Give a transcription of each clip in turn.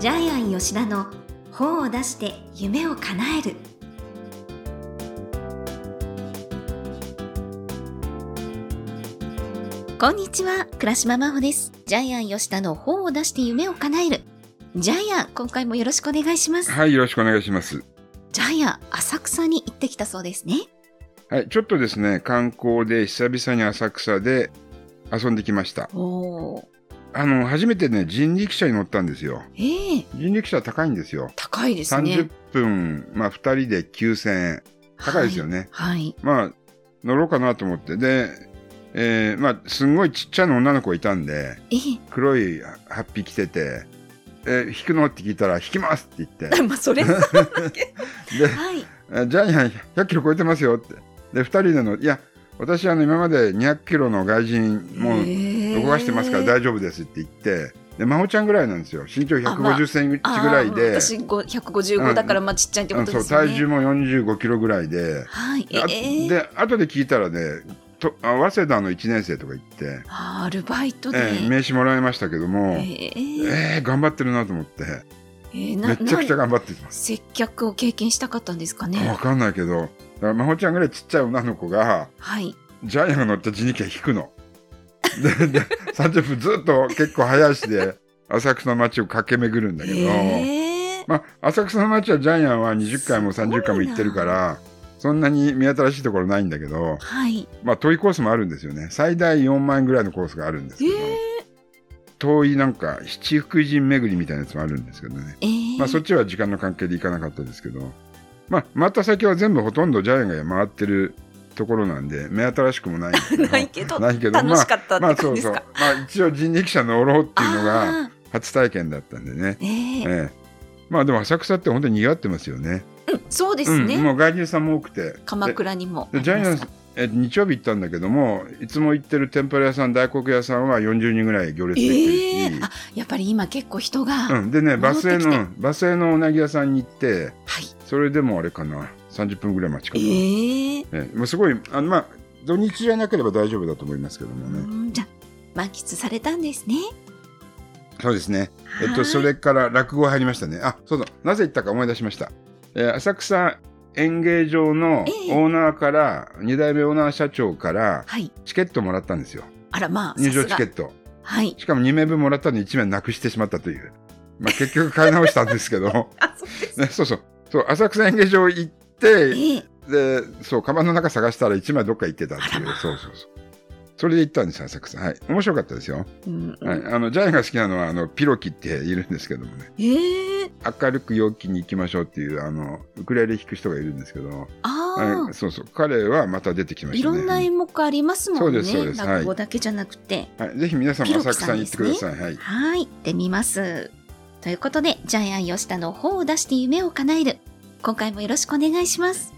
ジャイアン吉田の本を出して夢を叶えるこんにちは倉島真帆ですジャイアン吉田の本を出して夢を叶えるジャイアン今回もよろしくお願いしますはい、よろしくお願いします。ジャイアン浅草に行ってきたそうですねはい、ちょっとですね、観光で久々に浅草で遊んできました。おーあの、初めてね、人力車に乗ったんですよ。ええ人力車高いんですよ。高いですね30分、まあ、2人で9000円。高いですよね。はいまあ、乗ろうかなと思って。で、えーまあ、すんごいちっちゃな女の子いたんで、え黒いハッピー着てて、えー引くのって聞いたら、引きますって言っ て。えまあ それはで、いえジャイアン100キロ超えてますよって。で、2人での、いや、私、あの、今まで200キロの外人、もう、動動かしてますから大丈夫ですって言って、で、真帆ちゃんぐらいなんですよ。身長あまあ150センチぐらいで、私ご155だからまあちっちゃいってうこんとそでう、すよね、体重も45キロぐらいで、はいえであえで、後で聞いたらね、とあ早稲田の1年生とか言って、あーアルバイトで、えー名刺もらいましたけども、えええー、頑張ってるなと思って、えーなめちゃくちなゃ頑張ってます。接客を経験したかったんですかわねかんないけど、だから真帆ちゃんぐらいちっちゃい女の子が、はいジャイアンが乗った人力車引くの。で、で30分ずっと結構早足で浅草の街を駆け巡るんだけど、ええまあ、浅草の街はジャイアンは20回もすごいな30回も行ってるから、そんなに見新しいところないんだけど、はいまあ、遠いコースもあるんですよね。最大4万円ぐらいのコースがあるんですえけど、遠いなんか七福神巡りみたいなやつもあるんですけどね。えええまあ、そっちは時間の関係で行かなかったですけど、まあ、また先は全部ほとんどジャイアンが回ってるところなんで、目新しくもないんだけ ど。ないけどないけど、楽しかったっまあてそ感うじですそう。か、まあ一応人力車乗ろうっていうのがあ初体験だったんでね。ーええええ。まあでも浅草って本当に賑わってますよね。うんそうですね、うん、もう外人さんも多くて。鎌倉にもあでりでジャイアまンすかえ日曜日行ったんだけども、いつも行ってる天ぷら屋さん、大黒屋さんは40人ぐらい行列でええ行ってるあし。やっぱり今結構人が、うん、でね、バスへ戻っての、バスへのうなぎ屋さんに行って、はいそれでもあれかな、30分ぐらい待ちかな。ええええもうすごい、あの、まあ、土日じゃなければ大丈夫だと思いますけどもね。うんじゃあ満喫されたんですねそうですね。えっはーと、いそれから落語入りましたね。あ、そうだ。なぜ行ったか思い出しました。えー浅草演芸場のオええーナーから、2代目オーナー社長から、はいチケットもらったんですよ。あらまあ入さ場すチがケット。はいしかも2名分もらったのに1名なくしてしまったという。まあ、結局買い直したんですけど、 あそうですね、そうそう。そう、浅草演芸場行って、ええで、そう、カバンの中探したら1枚どっか行ってたっていう。そうそうそう。それで行ったんですよ、浅草。はい。面白かったですよ。うんうんはい。あの、ジャイアンが好きなのは、あの、ピロキっているんですけどもね。ええ明るく陽気に行きましょうっていうあのウクレレ弾く人がいるんですけど、ああ、はい、そうそう彼はまた出てきまいしたろねんな演目ありますもんね。そうですそうですはい落語だけじゃなくて。はい、ぜひ皆さんも浅草に行ってください、はいはい、行ってみます。ということで、ジャイアン吉田の本を出して夢を叶える。今回もよろしくお願いします。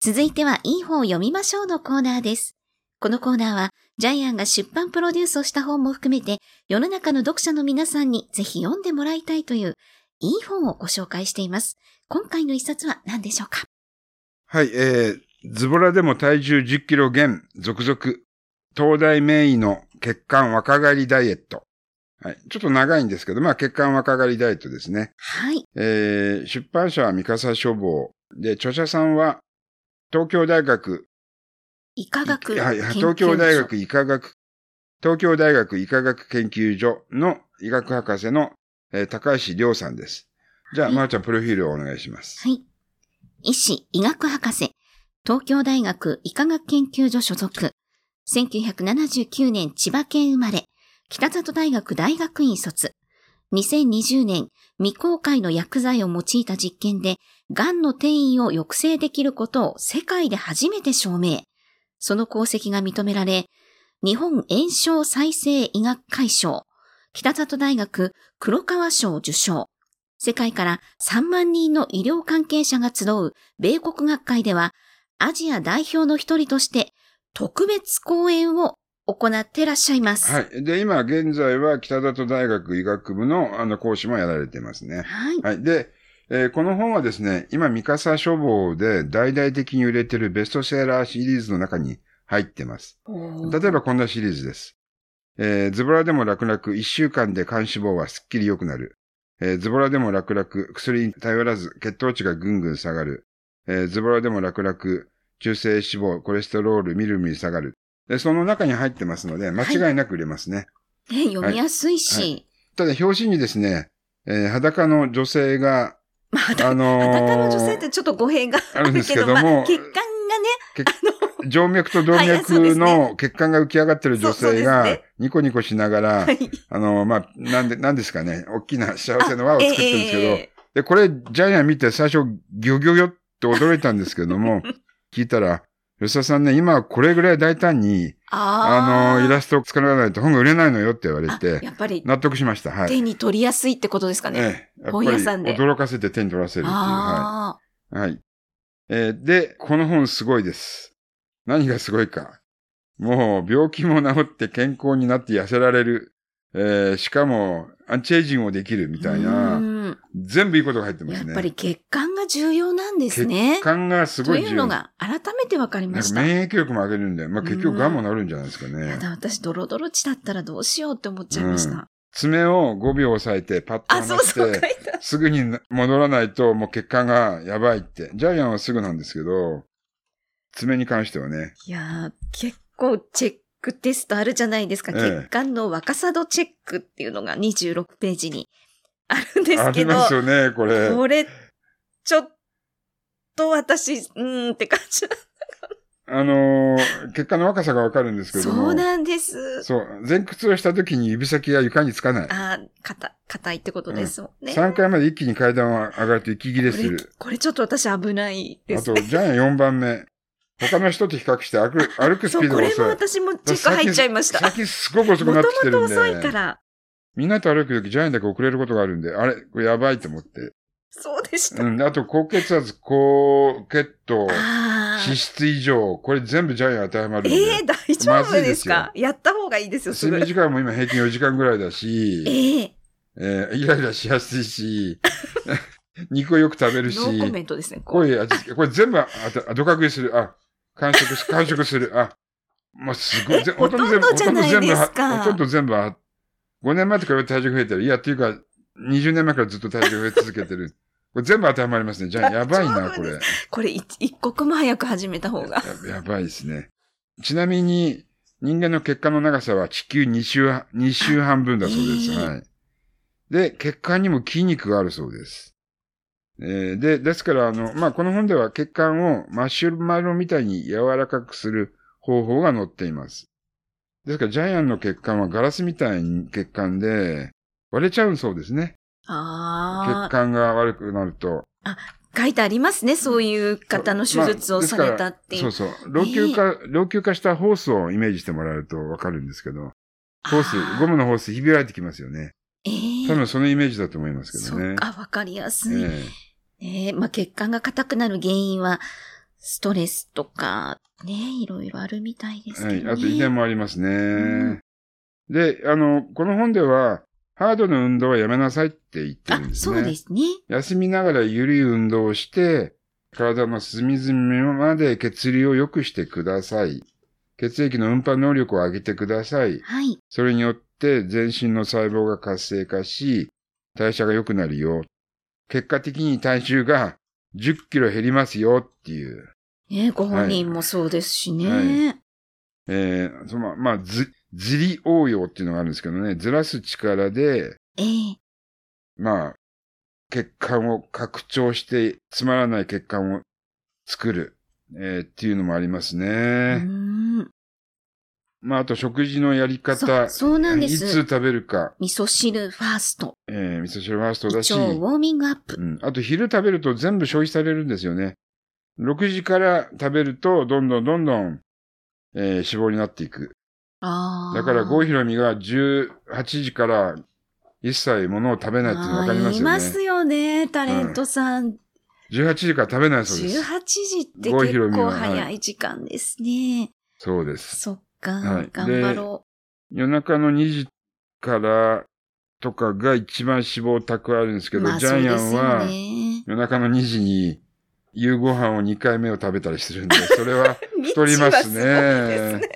続いては、いい本を読みましょうのコーナーです。このコーナーは、ジャイアンが出版プロデュースをした本も含めて、世の中の読者の皆さんにぜひ読んでもらいたいという、いい本をご紹介しています。今回の一冊は何でしょうかはいえー、ズボラでも体重10キロ減続々東大名医の血管若返りダイエット、はい、ちょっと長いんですけど、まあ、血管若返りダイエットですね、はい。えー出版社は三笠書房で著者さんは東京大学医科学はい、研究所東京大学医科学、東京大学医科学研究所の医学博士の、えー高橋亮さんです。じゃあ、はいまーちゃん、プロフィールをお願いします。はい。医師、医学博士、東京大学医科学研究所所属、1979年千葉県生まれ、北里大学大学院卒、2020年未公開の薬剤を用いた実験で、癌の転移を抑制できることを世界で初めて証明。その功績が認められ、日本炎症再生医学会賞、北里大学黒川賞受賞、世界から3万人の医療関係者が集う米国学会では、アジア代表の一人として特別講演を行ってらっしゃいます。はい。で、今、現在は北里大学医学部のあの講師もやられてますね。はい。はい。で、えーこの本はですね、今、ミカサ書房で大々的に売れてるベストセラーシリーズの中に入ってます。例えばこんなシリーズです。えーズボラでも楽々1週間で肝脂肪はすっきり良くなる。えーズボラでも楽々薬に頼らず血糖値がぐんぐん下がる。えーズボラでも楽々中性脂肪、コレステロール、みるみる下がる。でその中に入ってますので、間違いなく売れますね。ね、読みやすいし、ただ表紙にですね、えー裸の女性が、まあ、あのー裸の女性ってちょっと語弊があるんですけどもまあ、血管がね、静脈と動はいそうで脈すねの血管が浮き上がってる女そうそうで性すがね、ニコニコしながらは、い。あの、まあ、なんで、なんですかね、大きな幸せの輪をえ作ってるんですけど、えで、これ、ジャイアン見て最初、ギョギョギョって驚いたんですけども、 聞いたら、吉田さんね、今はこれぐらい大胆に、ああの、イらラストを作らないと本が売れないのよって言われて、やっぱり納得しました。はい。手に取りやすいってことですかね。ええ、やっぱ本り屋さんで驚かせて手に取らせるっていう。はあい。はい。えーで、この本すごいです。何がすごいか。もう病気も治って健康になって痩せられる。えーしかもアンチエイジングもできるみあ、たいうな。ん全部いいことが入ってまやすっね。ぱり血管が重要なんですね血。管がすとごい重要。いうのが改めて分かりなまんかした。免疫力も上げるんで、まあ、結うん局がんもなるんじゃないですかねや。だ、私、ドロドロ血だったらどうしようって思っちゃいました。う爪を5秒押さえてパッとあ、離そうして、そう、書いた。すぐに戻らないともう血管がやばいって。ジャイアンはすぐなんですけど、爪に関してはね。いやー、結構チェックテストあるじゃないですか。ええ血管の若さ度チェックっていうのが26ページにあるんですあけりど、ますよね、これ。これ、ちょっと私、うーんって感じなんあのー血管の若さがわかるんですけそども。うなんです。そう前屈をした時に指先が床につかない。あー、硬、硬いってことですもんね。 3回まで一気に階段を上がると息切れこすれる。、これちょっと私危ないであすと、。ジャイアン4番目。他の人と比較して歩く歩くスそピう、ーこドがれも遅い。私もチェック入っちゃいました。も先すごくと遅もくなってきとてるんで。遅いから。みんなと歩くときジャイアンだけ遅れることがあるんで、あれこれやばいと思って。そうでした。うん。あと、高血圧、高血糖、あ脂ー質異常、これ全部ジャイアン当てはまるんで。ええ大丈夫ですまかやった方がいいですよ、す睡ぐ眠。時間も今平均4時間ぐらいだし、えええーイライラしやすいし、 肉をよく食べるし、ノーコメントですね。こ濃うい味付け、これ全部、あた、あ、どか食いする。あ、完食し、完食する。あ、もうす ごい。えぜほとんどじゃないですかほとんど全部は、ほとんど全部は、5年前とかより体重増えてる。いや、っていうか、20年前からずっと体重増え続けてる。これ全部当てはまりますね。じゃあ、やばいな、これ。やこれ一、一刻も早く始めた方が。やばいですね。ちなみに、人間の血管の長さは地球2周、2周半分だそうです。ええはい。で、血管にも筋肉があるそうです。えーで、ですから、あの、まあ、この本では血管をマシュマロみたいに柔らかくする方法が載っています。ですから、ジャイアンの血管はガラスみたいに血管で割れちゃうそうですね。血ああ、管が悪くなると。書いてありますね。そういう方の手術をされたっていう。まあですからそうそう。老朽化、老朽化したホースをイメージしてもらうとわかるんですけど、ホース、ゴムのホースひび割れてきますよね。ええ多分そのイメージだと思いますけどそね。っか、わかりやすい。えええまあ、血管が硬くなる原因は、ストレスとか、ね、いろいろあるみたいですはけど、い。ね。あと遺伝もありますね。んで、あの、この本では、ハードの運動はやめなさいって言ってあるん、ですそね。うですね。休みながらゆるい運動をして、体の隅々まで血流を良くしてください。血液の運搬能力を上げてください。はい。それによって全身の細胞が活性化し、代謝が良くなるよ。結果的に体重が10キロ減りますよっていう。ね、ご本人もそうですしね。はいえー、そのまあ、ず、ずり応用っていうのがあるんですけどね、ずらす力で、ええまあ、血管を拡張して、つまらない血管を作る、えーっていうのもありますうね。ーん。まあ、あと食事のやりそ方う、そうなんでいつす。食べるか、味噌汁ファースト。えー、味噌汁ファースト胃だし、腸ウォーミングアップ。うん。あと昼食べると全部消費されるんですよね。6時から食べるとどんどんどんどん、えー脂肪になっていく。ああ。だから郷ひろみが18時から一切物を食べないっていうの分かりますよね。あーいますよね、タレントさん。 18時から食べないそうで18す。時って郷ひろ結みは構はい早い時間ですね。そうです。そっか、はい頑張ろ夜中の2時からとかが一番脂肪を蓄えるんですう。けど、まあジそうャイでアンすよはね。夜中の2時に夕ご飯を2回目を食べたりするんで、それは太ります 道はすごいですね。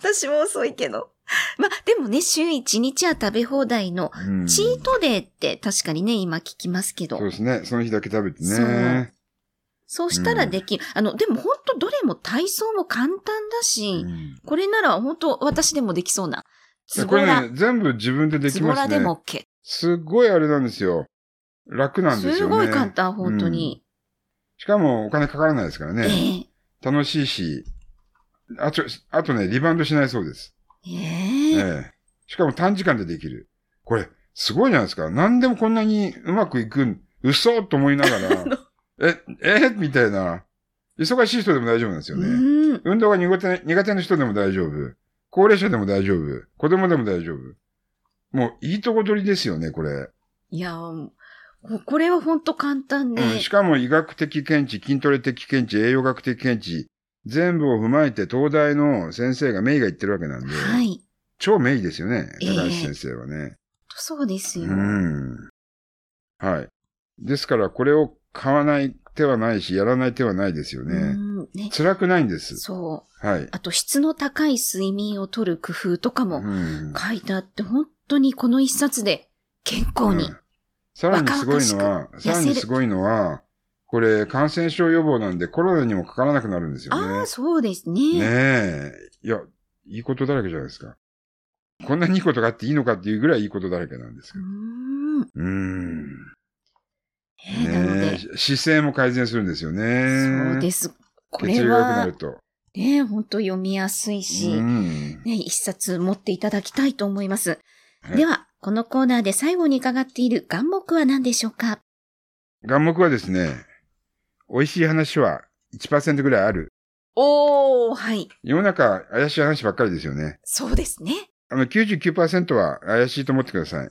私も遅いけど。まあ、でもね、週1日は食べ放題の、うんチートデーって確かにね、今聞きますけどそう。ですね。その日だけ食べてそうね。そうしたらできる。あの、でも本当どれも体操も簡単だし、うんこれなら本当私でもできそうな。ズこボれラ、ね、全部自分ででズきボまラすでね。も OK。すごいあれなんですよ。楽なんですよね。すごい簡単、本当に。しかもお金かからないですからね。え楽しいし。あと、あとね、リバウンドしないそうです。えええええしかも短時間でできる。これ、すごいじゃないですか。何でもこんなにうまくいくん、嘘と思いなが ら、え、えみたいな。忙しい人でも大丈夫なんですよね。うん。運動が苦手な苦手な人でも大丈夫。高齢者でも大丈夫。子供でも大丈夫。もういいとこ取りですよね、これ。いや、もうこれは本当簡単で。うん、しかも医学的見地、筋トレ的見地、栄養学的見地、全部を踏まえて東大の先生が、名医が言ってるわけなんで、はい。超名医ですよね、ええ高橋先生はね。そうですよ。うん。はい。ですから、これを買わない手はないし、やらない手はないですようね。んね辛くないんです。そう。はい。あと、質の高い睡眠をとる工夫とかうもん書いてあって、本当にこの一冊で健康にうん。さらにすごいのは、若々しくさらにすごいのは、これ感染症予防なんでコロナにもかからなくなるんですよあねあ、。そうですねね。え。いや、いいことだらけじゃないですか。こんなにいいことがあっていいのかっていうぐらいいいことだらけなんですうけど。ん。うーん。えーなのねでえ、。姿勢も改善するんですよね。そうです。こ血れ流が良くなはる、と。ね、本当読みやすいし、うん。ね、一冊持っていただきたいと思います。はいでは、このコーナーで最後に伺っている願目は何でしょうか眼目はですね、美味しい話は1%ぐらいある。おー、はい。世の中怪しい話ばっかりですよね。そうですね。あの、99%は怪しいと思ってください。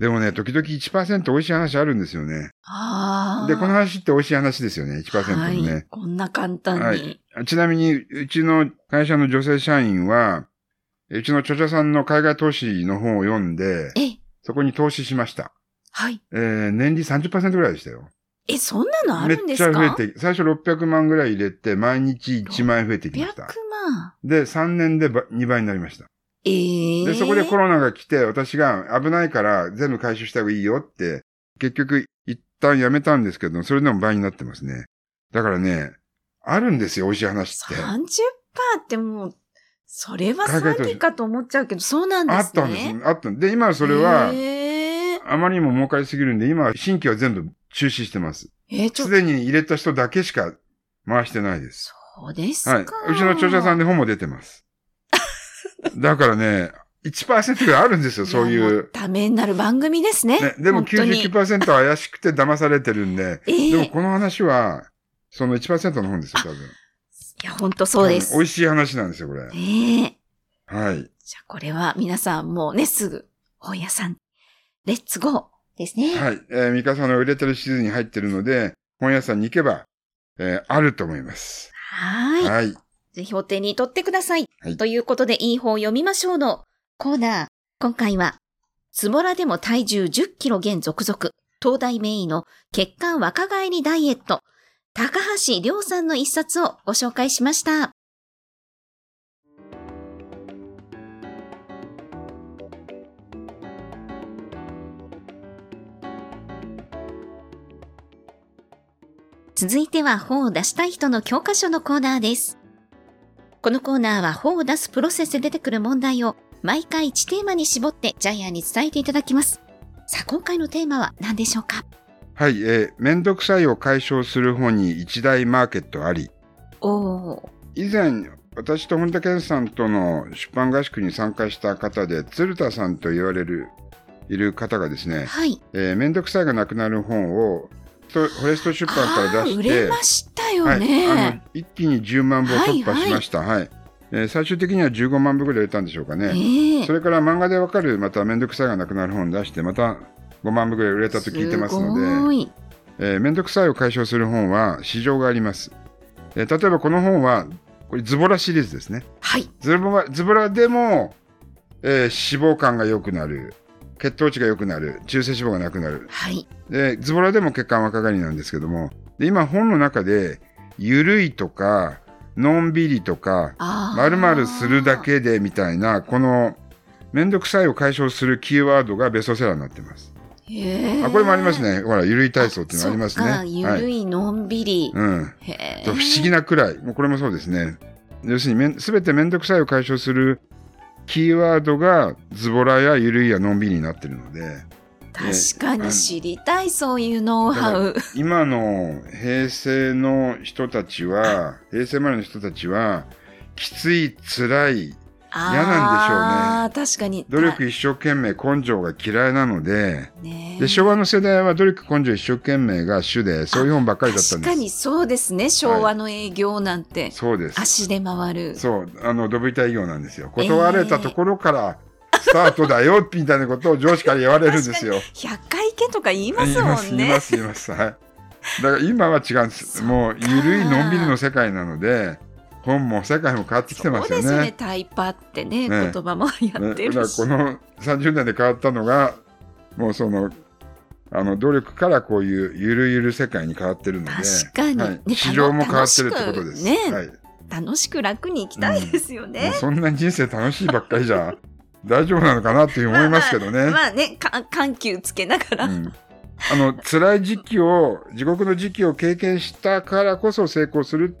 でもね、時々1%美味しい話あるんですよね。あー。で、この話って美味しい話ですよね、1%のはいね。。こんな簡単に。はいちなみに、うちの会社の女性社員は、うちの著者さんの海外投資の本を読んで、え、そこに投資しました。はい。えー、年利30%ぐらいでしたよ。え、そんなのあめっるんでちゃすか増えて、最初600万ぐらい入れて、毎日1万円増えてきました。 600万。で、3年でば2倍になりました。えー。で、そこでコロナが来て、私が危ないから全部回収した方がいいよって、結局一旦やめたんですけど、それでも倍になってますね。だからね、あるんですよ、美味しい話って。 30%ってもう、それは海詐外投資欺かと思っちゃうけど、そうなんですね。あったんです。あったんで、今それは、えー、あまりにも儲かりすぎるんで、今は新規は全部中止してます。えーちょっと、すでに入れた人だけしか回してないです。そうですか。はい。うちの著者さんで、で本も出て ます。だからね、1%ぐらいあるんですよ、そういや。もう。ためになる番組ですね。ね、でも本当に。 99%怪しくて騙されてるんで、えーでもこの話は、その1%の本ですよ、多分。いや、本当そうです。ん美味しい話なんですよ、これ。はい。ええはい。じゃあこれは皆さんもうね、すぐ、本屋さん、レッツゴーですね。えー、ミカサの売れてるシリーズに入ってるので、本屋さんに行けば、えーあると思います。はーい。はい。ぜひお手に取ってください。はいということで、いい本を読みましょうのコーナー。今回は、つぼらでも体重10キロ減続々、東大名医の血管若返りダイエット、高橋亮さんの一冊をご紹介しました。続いては本を出したい人の教科書のコーナーです。このコーナーは本を出すプロセスで出てくる問題を毎回1テーマに絞ってジャイアンに伝えていただきます。さあ、今回のテーマは何でしょうかはい、えー、めんどくさいを解消する本に一大マーケットあり。おー。以前、私と本田健さんとの出版合宿に参加した方で、鶴田さんと言われる、いる方がですね、はい。えー、めんどくさいがなくなる本を、とフォレスト出版かあらあ出ー、し売て、れましたよはい、あのね。一気に10万部を突破しました。はい、えー最終的には15万部ぐらい売れたんでしょうかね。ええそれから漫画でわかる、まためんどくさいがなくなる本を出して、また5万部ぐらい売れたと聞いてますので、ごい。えー、めんどくさいを解消する本は市場があります。えー例えばこの本は、これズボラシリーズですね。はい。ズボラズボラでも、えー脂肪感が良くなる。血糖値が良くなる、中性脂肪がなくなる。はい。で、ズボラでも血管若返りなんですけども、で今本の中で、ゆるいとか、のんびりとか、ああ。まるまるするだ。けでみたいな、この、めんどくさいを解消するキーワードがベストセラーになってます。へえ。あ、これもありますね。ね。ほら、ゆるい体操っていうのありますね。そっかゆはるい。い、のんびり。うん。へえ。不思議なくらい、もうこれもそうですね。要するにめん、すべて面倒くさいを解消するキーワードが、ズボラやゆるいやのんびりになってるので、確かに知りたい、そういうノウハウ。今の平成の人たちは、平成前の人たちは、きつい、辛い、ああ、確かに。努力一生懸命、根性が嫌いなので、ねで昭和の世代は努力、根性、一生懸命が主で、そういう本ばっかりだった確んでかす。にそうですね、昭和の営業なんて。そうです。足で回る。そう、あの、ドブ板営業なんですよ。断られたところから、スタートだよ、みたいなことを上司から言われるんですよ。 100回行けとか言いま言いすまもす、ん言いまね。す、言います。はい。だから今は違うんです。もう、ゆるいのんびりの世界なので、本も世界も変わってきてますよね。そうですね、タイパってね、ね言葉もやってねだからるし。この30年で変わったのが、もうその、あの努力からこういうゆるゆる世界に変わってるので、確かにはいね市場も変わってるってことで楽す。しくねはい楽しく楽に行きたいですよもうね。そんなに人生楽しいばっかりじゃ大丈夫なのかなって思いますけど ね。まあね、か緩急つけながら。うんあの辛い時期を地獄の時期を経験したからこそ成功する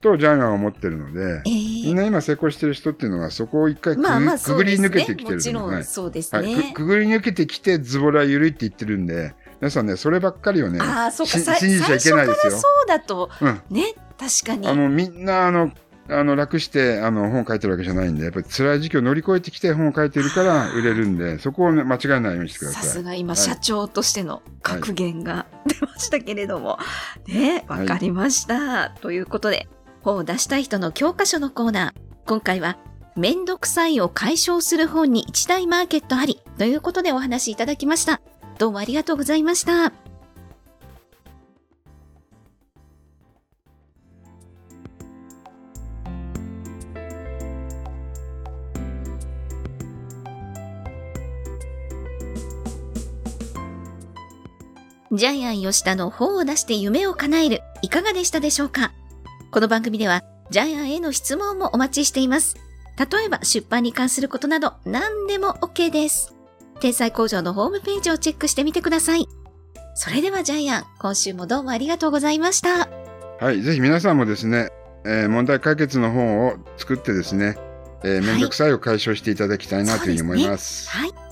とジャイアンは思ってるのでえみんーな今成功してる人っていうのはそこを一回くぐ,、まあまあ、そうぐでりすね。抜けてきてるもちのろで、はんいそうですはいねく。くぐり抜けてきてズボラ緩いって言ってるんで皆さんねそればっかりをねああ、そっか、しさ信最じち初かゃいけないらですよそうだと、うんね、確かに。あのみんなあのあの楽してあの本を書いてるわけじゃないんでやっぱり辛い時期を乗り越えてきて本を書いてるから売れるんでそこを、ね、間違えないようにしてくだささすい。が今、い社長としての格言が出ましたけれども、ねわかりました、ということで本を出したい人の教科書のコーナー今回は「めんどくさいを解消する本に一大マーケットあり」ということでお話しいただきましたどうもありがとうございましたジャイアン吉田の本を出して夢を叶える、いかがでしたでしょうかこの番組では、ジャイアンへの質問もお待ちしています。例えば、出版に関することなど、何でも OK です。天才工場のホームページをチェックしてみてください。それではジャイアン、今週もどうもありがとうございました。はい、ぜひ皆さんもですね、えー問題解決の本を作ってですね、えー、めんどくさいを解消していただきたいなというふうに思います。はい。